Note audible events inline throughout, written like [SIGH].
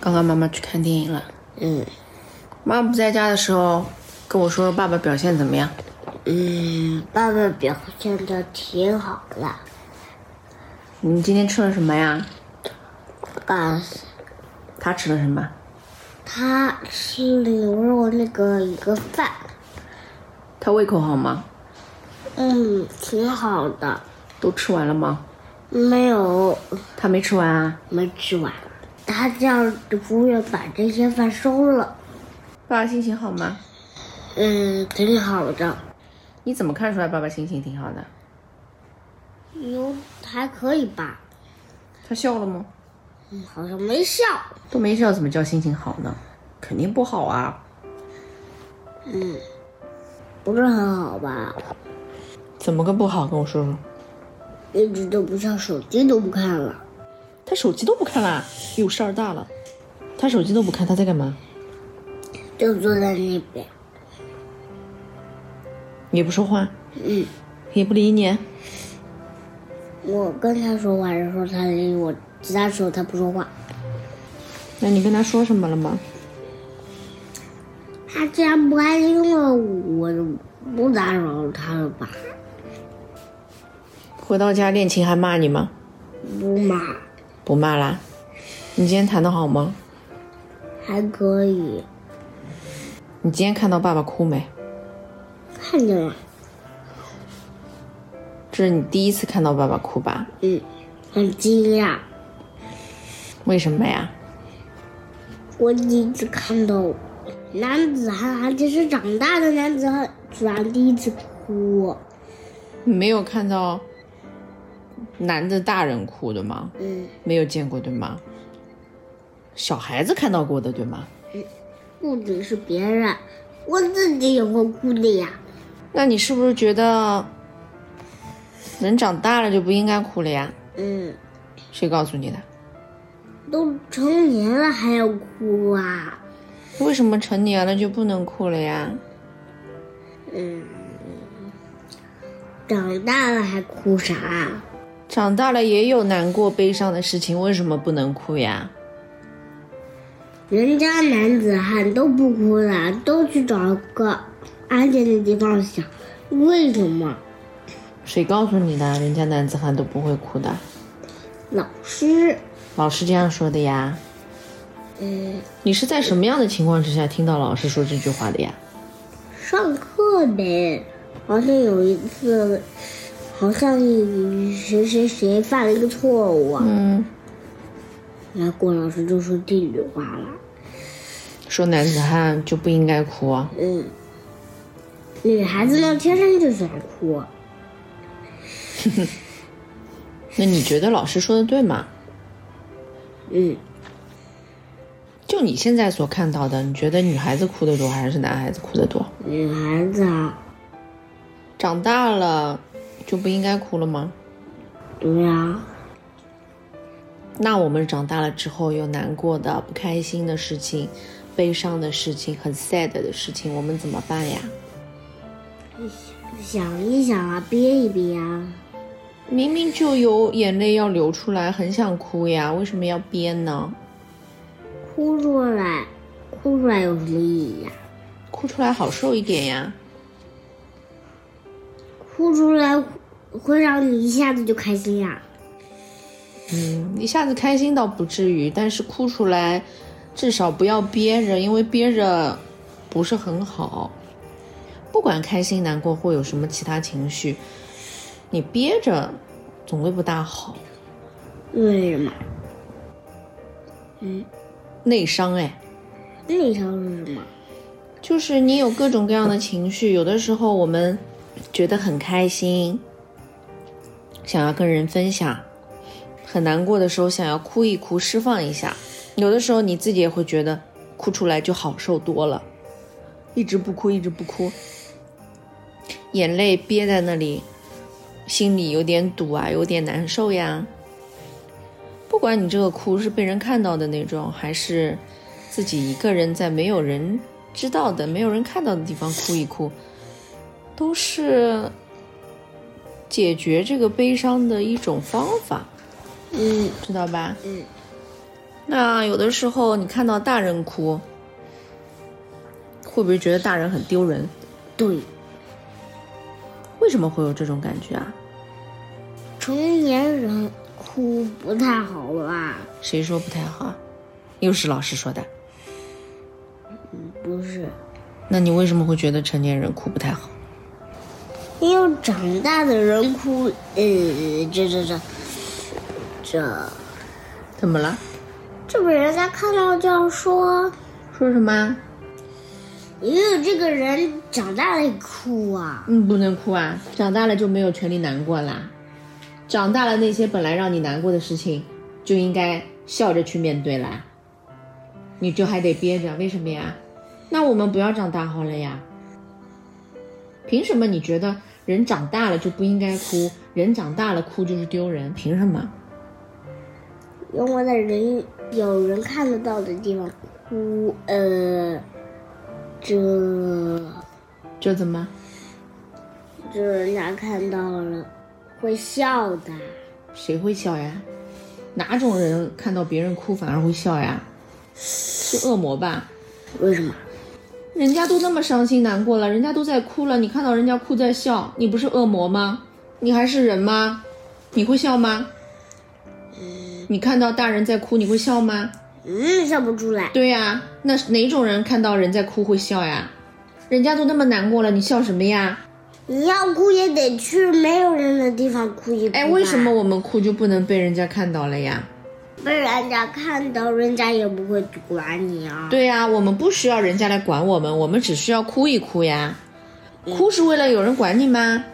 刚刚妈妈去看电影了。嗯妈妈不在家的时候，跟我说爸爸表现怎么样？嗯，爸爸表现的挺好的，你今天吃了什么呀？但他吃了什么？他吃牛肉那个一个饭，他胃口好吗？嗯，挺好的，都吃完了吗？没有他没吃完啊。没吃完。他叫服务员把这些饭收了，爸爸心情好吗？嗯，挺好的，你怎么看出来爸爸心情挺好的？有还可以吧，他笑了吗？嗯，好像没笑，都没笑，怎么叫心情好呢？肯定不好啊。不是很好吧？怎么个不好？跟我说说。一直都不像手机都不看了，他手机都不看啦，有事儿大了。他手机都不看，他在干嘛？就坐在那边，也不说话，嗯。也不理你。我跟他说话的时候，他理我；其他时候他不说话。那你跟他说什么了吗？他既然不开心了，我就不打扰他了吧？回到家练琴还骂你吗？不嘛，不骂啦。你今天弹的好吗？还可以你今天看到爸爸哭没？看见了。这是你第一次看到爸爸哭吧？嗯，很惊讶，为什么呀？我第一次看到男子汉，而且是长大的男子汉，居然第一次哭。你没有看到男的大人哭的吗？嗯，没有见过对吗？小孩子看到过的对吗？不只是别人，我自己也会哭的呀。那你是不是觉得人长大了就不应该哭了呀？嗯，谁告诉你的？都成年了还要哭啊？为什么成年了就不能哭了呀？长大了还哭啥？长大了也有难过、悲伤的事情，为什么不能哭呀？人家男子汉都不哭了，都去找个安静的地方想，为什么？谁告诉你的？人家男子汉都不会哭的，老师，老师这样说的呀。嗯，你是在什么样的情况之下听到老师说这句话的呀？上课呗。好像有一次，好像谁谁谁犯了一个错误啊，嗯，然后郭老师就说这句话了。说男子汉就不应该哭啊。嗯，女孩子呢天生就喜欢哭，那你觉得老师说的对吗？嗯，就你现在所看到的，你觉得女孩子哭的多还是男孩子哭的多？女孩子啊，长大了就不应该哭了吗？对啊呀、那我们长大了之后有难过的、不开心的事情、悲伤的事情、很 sad 的事情，我们怎么办呀？想一想啊，憋一憋啊。明明就有眼泪要流出来，很想哭呀，为什么要憋呢？哭出来，哭出来有什么意义呀、啊哭出来好受一点呀。哭出来会让你一下子就开心啊呀、嗯，一下子开心倒不至于，但是哭出来，至少不要憋着，因为憋着不是很好。不管开心、难过或有什么其他情绪，你憋着总归不大好，为什么？内伤哎。内伤是什么？就是你有各种各样的情绪，有的时候我们觉得很开心，想要跟人分享；很难过的时候想要哭一哭，释放一下。有的时候你自己也会觉得哭出来就好受多了，一直不哭，一直不哭，眼泪憋在那里，心里有点堵啊，有点难受呀。不管你这个哭是被人看到的那种，还是自己一个人在没有人知道的、没有人看到的地方哭一哭，都是解决这个悲伤的一种方法，嗯知道吧？嗯，那有的时候你看到大人哭，会不会觉得大人很丢人？对，为什么会有这种感觉啊？成年人哭不太好啊吧？谁说不太好啊？又是老师说的。不是，那你为什么会觉得成年人哭不太好？因为哎长大的人哭，呃，这这这这，怎么了？这本人家看到就要说，说什么？啊因为这个人长大了哭啊，嗯，不能哭啊！长大了就没有权利难过啦。长大了，那些本来让你难过的事情，就应该笑着去面对啦。你就还得憋着，为什么呀？那我们不要长大好了呀？凭什么你觉得人长大了就不应该哭？人长大了哭就是丢人？凭什么？因为在人有人看得到的地方哭，呃，这这怎么这人家看到了会笑的，谁会笑呀？哪种人看到别人哭反而会笑呀？是恶魔吧？为什么？人家都那么伤心难过了，人家都在哭了，你看到人家哭在笑，你不是恶魔吗？你还是人吗？你会笑吗？你看到大人在哭，你会笑吗？嗯，笑不出来。对呀、那哪种人看到人在哭会笑呀？人家都那么难过了，你笑什么呀？你要哭也得去没有人的地方哭一哭吧。哎，为什么我们哭就不能被人家看到了呀？被人家看到，人家也不会管你啊？对呀、我们不需要人家来管我们，我们只需要哭一哭呀。哭是为了有人管你吗？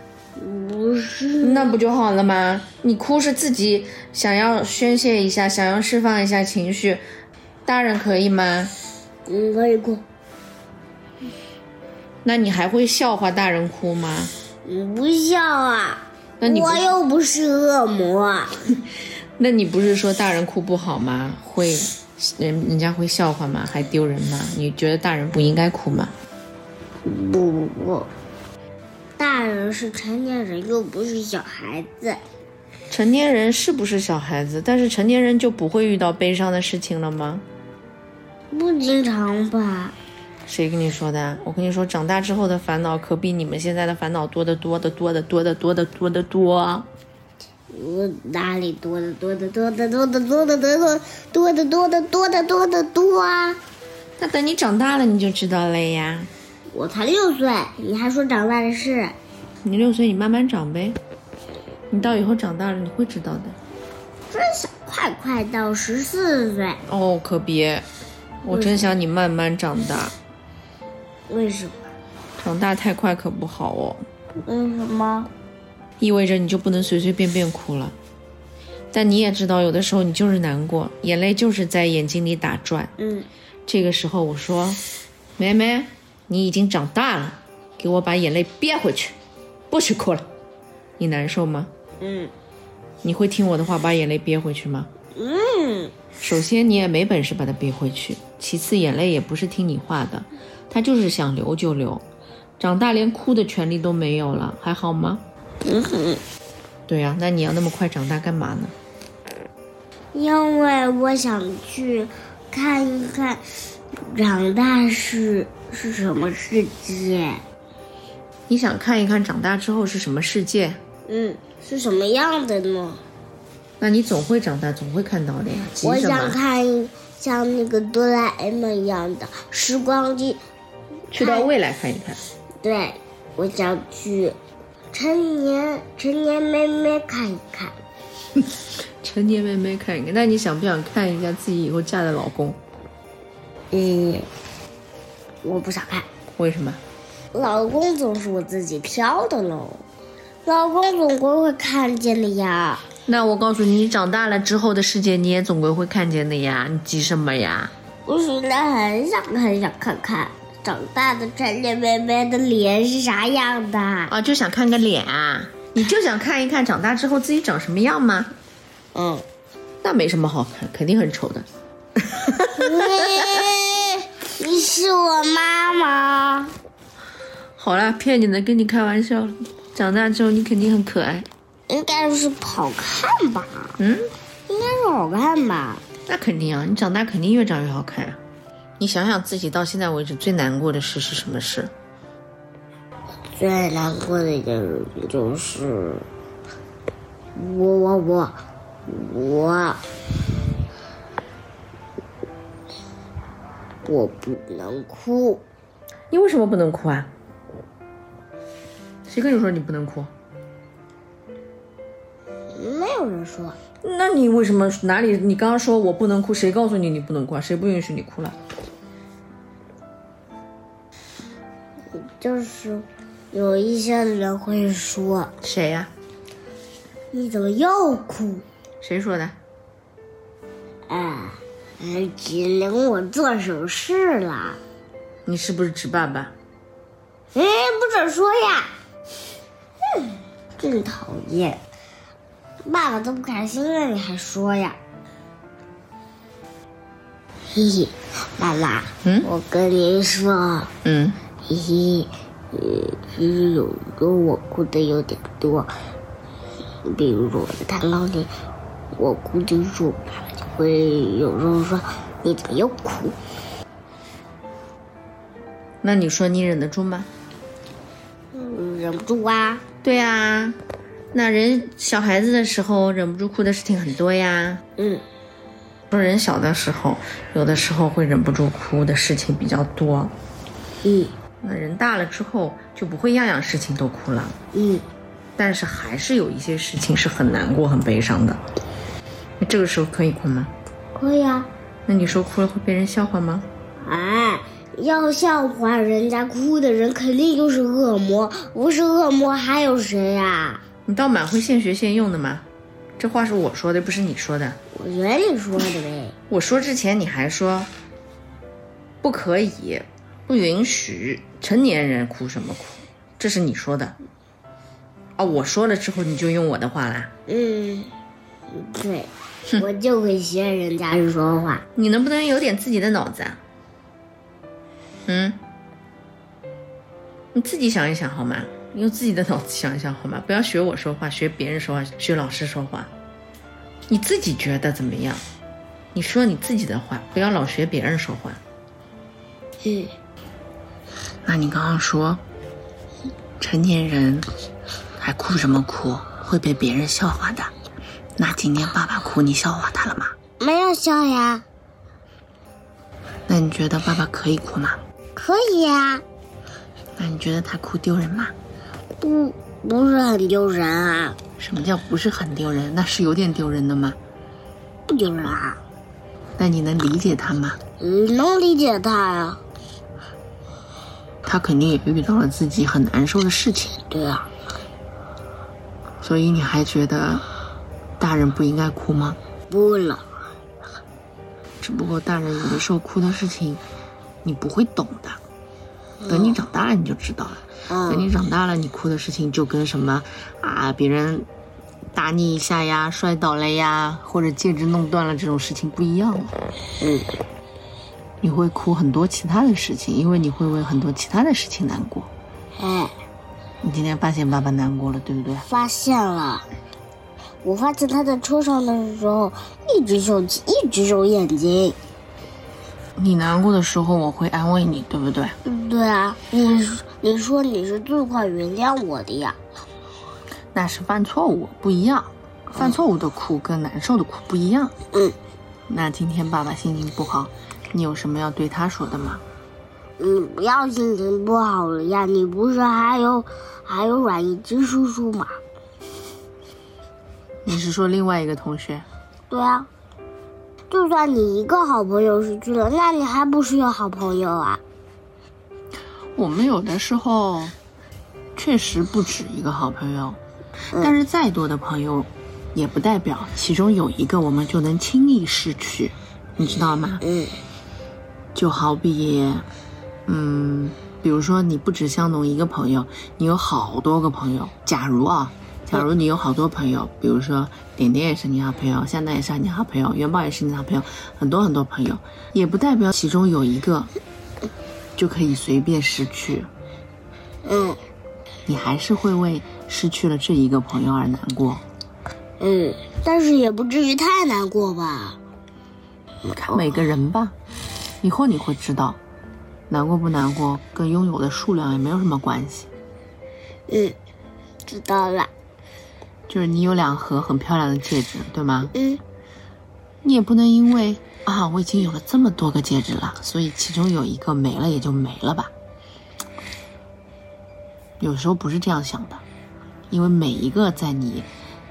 不是，那不就好了吗？你哭是自己想要宣泄一下，想要释放一下情绪，大人可以吗？嗯，可以哭，那你还会笑话大人哭吗？嗯，不笑啊。那你不我又不是恶魔啊，那你不是说大人哭不好吗？会人人家会笑话吗？还丢人吗？你觉得大人不应该哭吗？不不不，大人是成年人，又不是小孩子。成年人是不是小孩子？但是成年人就不会遇到悲伤的事情了吗？不经常吧？谁跟你说的？啊我跟你说，长大之后的烦恼可比你们现在的烦恼多得多得多得多得多得多得多。我哪里多的多的多的多的多的多的多的多的多的多啊！那等你长大了你就知道了呀。我才六岁，你还说长大的事？你六岁，你慢慢长呗。你到以后长大了，你会知道的。真想快快到十四岁，哦，可别！我真想你慢慢长大，为什么？长大太快可不好哦，为什么？意味着你就不能随随便便哭了。但你也知道，有的时候你就是难过，眼泪就是在眼睛里打转。嗯，这个时候我说：“妹妹，你已经长大了，给我把眼泪憋回去，不许哭了。”你难受吗？嗯你会听我的话把眼泪憋回去吗？嗯，首先，你也没本事把它憋回去；其次，眼泪也不是听你话的，它就是想流就流。长大连哭的权利都没有了，还好吗？对呀、那你要那么快长大干嘛呢？因为我想去看一看长大是是什么世界，你想看一看长大之后是什么世界？嗯，是什么样的呢？那你总会长大，总会看到的呀。急我什想么？看像那个哆啦 A 梦一样的时光机，去到未来看一看。对，我想去成年成年妹妹看一看，成年妹妹看一看。那你想不想看一下自己以后嫁的老公？嗯，我不想看。为什么？老公总是我自己挑的喽，老公总归会看见的呀。那我告诉你，你长大了之后的世界，你也总归会看见的呀。你急什么呀？我现在很想很想看看长大的陈年妹妹的脸是啥样的。啊，就想看个脸啊？你就想看一看长大之后自己长什么样吗？嗯，那没什么好看，肯定很丑的。 [LAUGHS] 你 [LAUGHS] 你是我妈妈。好啦，骗你的，跟你开玩笑。长大之后你肯定很可爱。应该是好看吧？嗯，应该是好看吧？那肯定啊，你长大肯定越长越好看啊。你想想自己到现在为止最难过的事是什么事？最难过的一件事就是，我我我我我不能哭，你为什么不能哭啊？谁跟你说你不能哭？没有人说，那你为什么哪里？你刚刚说我不能哭，谁告诉你你不能哭啊？谁不允许你哭了？就是有一些人会说谁呀、你怎么又哭？谁说的？哎，哎麒麟，我做手事了。你是不是指爸爸？哎，不准说呀！哼，真讨厌，爸爸都不开心了，你还说呀？嘿嘿，爸爸，嗯我跟您说，嗯，嘿嘿，呃，就是有时候我哭的有点多，比如说我在谈老你，我哭的时候，爸爸就会有时候说你怎么又哭？那你说你忍得住吗？嗯忍不住啊。对啊，那人小孩子的时候忍不住哭的事情很多呀。嗯，说人小的时候，有的时候会忍不住哭的事情比较多。嗯那人大了之后就不会样样事情都哭了，嗯。但是还是有一些事情是很难过、很悲伤的。那这个时候可以哭吗？可以啊，那你说哭了会被人笑话吗？哎，要笑话人家哭的人，肯定就是恶魔，不是恶魔还有谁啊呀、你倒蛮会现学现用的嘛。这话是我说的，不是你说的。我觉得你说的呗，我说之前你还说不可以、不允许成年人哭什么哭，这是你说的。哦，我说了之后你就用我的话啦。嗯，对，我就会学人家说话，你能不能有点自己的脑子啊？嗯，你自己想一想好吗？你用自己的脑子想一想好吗？不要学我说话，学别人说话，学老师说话。你自己觉得怎么样？你说你自己的话，不要老学别人说话。嗯，那你刚刚说，成年人还哭什么哭？会被别人笑话的。那今天爸爸哭，你笑话他了吗？没有笑呀，那你觉得爸爸可以哭吗？可以呀，那你觉得他哭丢人吗？不不是很丢人啊，什么叫不是很丢人？那是有点丢人的吗？不丢人啊，那你能理解他吗？嗯，能理解他啊，他肯定也遇到了自己很难受的事情，对啊，所以你还觉得大人不应该哭吗？不了，只不过大人有的时候哭的事情，你不会懂的。等你长大了你就知道了。等嗯你长大了，你哭的事情就跟什么啊，别人打你一下呀，摔倒了呀，或者戒指弄断了这种事情不一样了。嗯，你会哭很多其他的事情，因为你会为很多其他的事情难过。哎。你今天发现爸爸难过了，对不对？发现了。我发现他在车上的时候一直手机，一直揉眼睛。你难过的时候，我会安慰你，对不对？嗯，对啊，你说你说你是最快原谅我的呀？那是犯错误不一样，犯错误的哭跟难受的哭不一样。嗯那今天爸爸心情不好，你有什么要对他说的吗？你嗯不要心情不好了呀！你不是还有还有阮一之叔叔吗？你是说另外一个同学？对啊，就算你一个好朋友失去了，那你还不是有好朋友啊？我们有的时候确实不止一个好朋友，但是再多的朋友，也不代表其中有一个我们就能轻易失去，你知道吗？嗯就好比，嗯，比如说你不止相同一个朋友，你有好多个朋友。假如啊，假如你有好多朋友，比如说点点也是你好朋友，夏娜也是你好朋友，元宝也是你好朋友，很多很多朋友，也不代表其中有一个就可以随便失去。嗯你还是会为失去了这一个朋友而难过。嗯，但是也不至于太难过吧？你看每个人吧，以后你会知道，难过不难过跟拥有的数量也没有什么关系。嗯，知道了，就是你有两盒很漂亮的戒指，对吗？嗯你也不能因为啊，我已经有了这么多个戒指了，所以其中有一个没了也就没了吧。有时候不是这样想的，因为每一个在你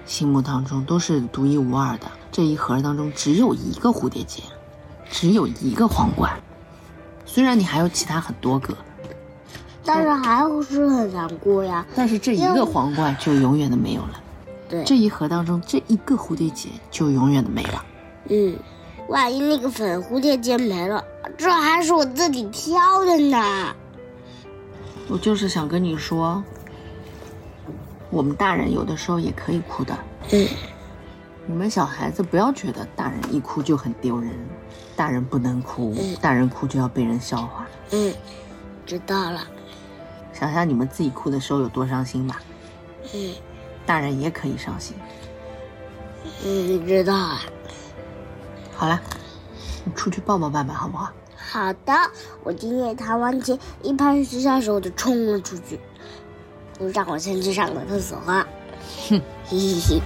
心目当中都是独一无二的，这一盒当中只有一个蝴蝶结，只有一个皇冠。虽然你还有其他很多个，但是还是很难过呀。但是这一个皇冠就永远的没有了，对，这一盒当中这一个蝴蝶结就永远的没了。嗯，万一那个粉蝴蝶结没了，这还是我自己挑的呢。我就是想跟你说，我们大人有的时候也可以哭的。嗯，你们小孩子不要觉得大人一哭就很丢人，大人不能哭，大人哭就要被人笑话。嗯，知道了。想想你们自己哭的时候有多伤心吧，嗯大人也可以伤心。嗯，知道了。好了，你出去抱抱爸爸好不好？好的，我今天弹完琴，一拍学校手就冲了出去，让我先去上个厕所啊。嘿嘿嘿。